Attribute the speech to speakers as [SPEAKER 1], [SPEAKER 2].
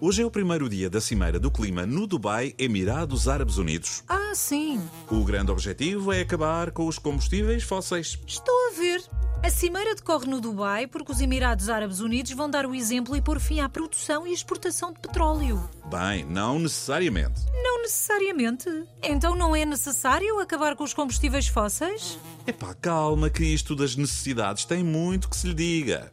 [SPEAKER 1] Hoje é o primeiro dia da Cimeira do Clima no Dubai, Emirados Árabes Unidos.
[SPEAKER 2] Ah, sim.
[SPEAKER 1] O grande objetivo é acabar com os combustíveis fósseis.
[SPEAKER 2] Estou a ver. A cimeira decorre no Dubai porque os Emirados Árabes Unidos vão dar o exemplo e pôr fim à produção e exportação de petróleo.
[SPEAKER 1] Bem, não necessariamente.
[SPEAKER 2] Não necessariamente. Então não é necessário acabar com os combustíveis fósseis?
[SPEAKER 1] Epá, calma que isto das necessidades tem muito que se lhe diga.